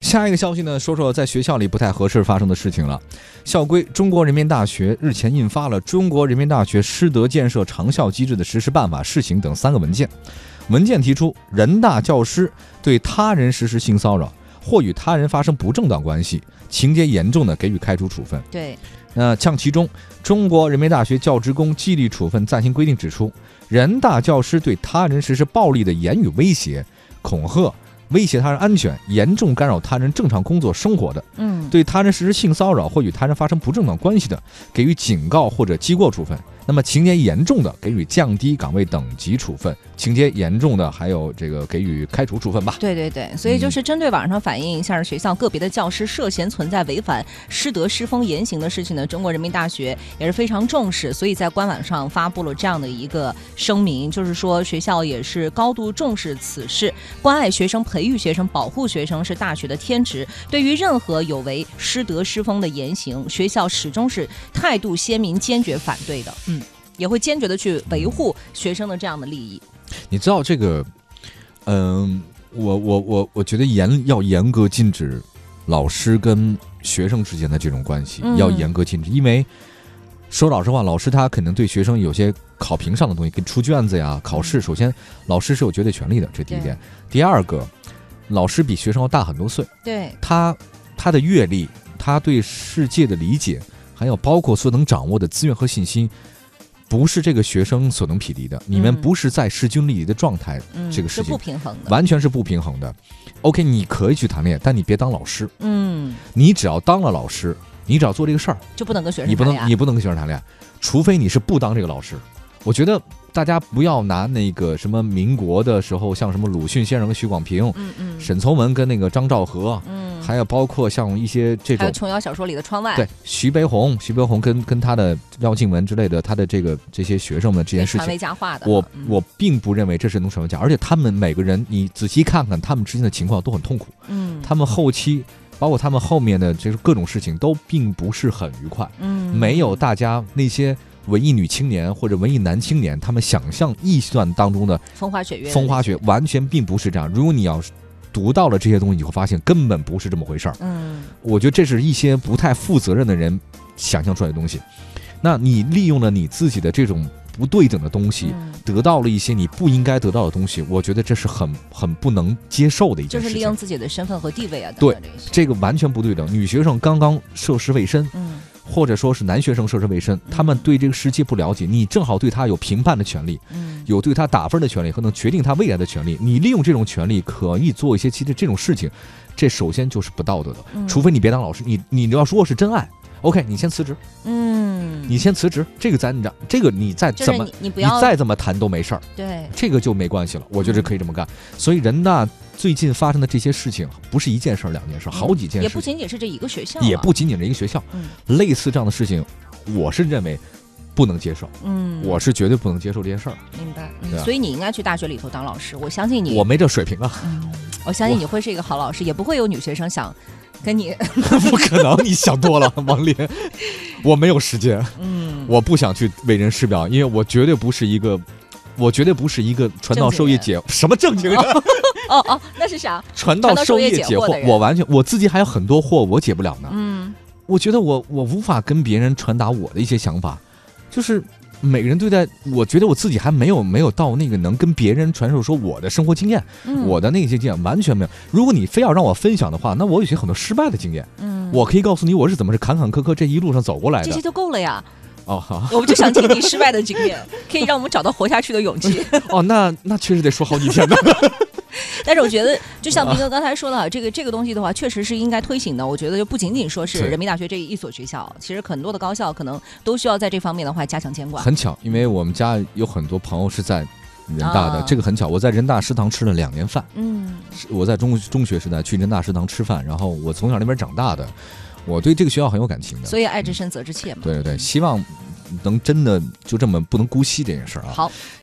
下一个消息呢，说说在学校里不太合适发生的事情了。校规《中国人民大学》日前印发了《中国人民大学师德建设长效机制的实施办法》、试行等三个文件。文件提出，人大教师对他人实施性骚扰或与他人发生不正当关系，情节严重的给予开除处分。对，那像其中，中国人民大学教职工纪律处分暂行规定指出，人大教师对他人实施暴力的言语威胁、恐吓、威胁他人安全，严重干扰他人正常工作生活的，嗯，对他人实施性骚扰或与他人发生不正当关系的，给予警告或者记过处分；那么情节严重的，给予降低岗位等级处分；情节严重的，还有这个给予开除处分吧。对对对，所以就嗯是针对网上反映像是学校个别的教师涉嫌存在违反师德师风言行的事情呢，中国人民大学也是非常重视，所以在官网上发布了这样的一个声明，就是说学校也是高度重视此事，关爱学生、培育学生、保护学生是大学的天职。对于任何有违师德师风的言行，学校始终是态度鲜明、坚决反对的。嗯，也会坚决的去维护学生的这样的利益。你知道这个，嗯、我我我我觉得严要严格禁止老师跟学生之间的这种关系，嗯要严格禁止，因为说老实话，老师他可能对学生有些考评上的东西，跟出卷子呀、考试，首先老师是有绝对权利的，这第一点。第二个，老师比学生要大很多岁，对，他他的阅历，他对世界的理解，还有包括所能掌握的资源和信息，不是这个学生所能匹敌的。你们嗯不是在势均力敌的状态，嗯，这个是事情不平衡的。完全是不平衡的。OK，你可以去谈恋爱，但你别当老师。嗯，你只要当了老师，你只要做这个事儿，就不能跟学生你不谈恋能爱你不能跟学生谈恋爱，除非你是不当这个老师。我觉得大家不要拿那个什么民国的时候，像什么鲁迅先生跟许广平、嗯嗯沈从文跟那个张兆和，嗯，还有包括像一些这还有种琼瑶小说里的窗外对徐悲鸿、徐悲鸿跟跟他的廖静文之类的，他的这个这些学生们这被件事传情，为佳话的，我嗯我并不认为这是能什么讲，而且他们每个人，你仔细看看他们之间的情况都很痛苦，嗯他们后期包括他们后面的就是各种事情都并不是很愉快，嗯没有大家那些。文艺女青年或者文艺男青年，他们想象臆算当中的风花雪月的风花雪，完全并不是这样。如果你要是读到了这些东西，你会发现根本不是这么回事儿。嗯我觉得这是一些不太负责任的人想象出来的东西。那你利用了你自己的这种不对等的东西，嗯，得到了一些你不应该得到的东西，我觉得这是很很不能接受的一就件是事利用情。自己的身份和地位啊，等对等这些，这个完全不对等。女学生刚刚涉世未深，嗯或者说是男学生涉世未深，他们对这个世界不了解，你正好对他有评判的权利，嗯，有对他打分的权利和能决定他未来的权利。你利用这种权利可以做一些其实这种事情，这首先就是不道德的。嗯除非你别当老师，你你要说是真爱，OK，你先辞职，嗯，你先辞职，这个咱让这个你再就怎是么你你不你要嗯再怎么谈都没事儿，对这个就没关系了，我觉得可以这么干。所以人大最近发生的这些事情，不是一件事儿、两件事儿，好几件嗯也事不情，仅仅是这一个学校，啊也不，仅仅是一个学校，嗯类似这样的事情，我是认为不能接受，嗯，我是绝对不能接受这些事儿，明白，嗯对啊所以你应该去大学里头当老师，我相信你，我没这水平啊， 嗯我相信你会是一个好老师，也不会有女学生想跟你，不可能，你想多了，王林，我没有时间。嗯，我不想去为人师表，因为我绝对不是一个，我绝对不是一个传道授业解什么正 经人，哦哦，那是啥？传道授业传道授业解解惑的惑，人我完全我自己还有很多惑我解不了呢。嗯我觉得我我无法跟别人传达我的一些想法，就是每个人对待，我觉得我自己还没有没有到那个能跟别人传授说我的生活经验，嗯，我的那些经验完全没有。如果你非要让我分享的话，那我有些很多失败的经验，嗯，我可以告诉你我是怎么是坎坎坷坷这一路上走过来这些的。就够了呀。 哦，好。我们就想听你失败的经 验，可以让我们找到活下去的勇气。哦，那那确实得说好几天呢。但是我觉得，就像明哥刚才说的啊，这个这个东西的话，确实是应该推行的。我觉得就不仅仅说是对人民大学这一所学校，其实很多的高校可能都需要在这方面的话加强监管。很巧，因为我们家有很多朋友是在人大的，啊这个很巧。我在人大食堂吃了两年饭，嗯是我在中中学时代去人大食堂吃饭，然后我从小那边长大的，我对这个学校很有感情的。所以爱之深责之切嘛。对对对，希望能真的就这么不能姑息这件事儿啊。好，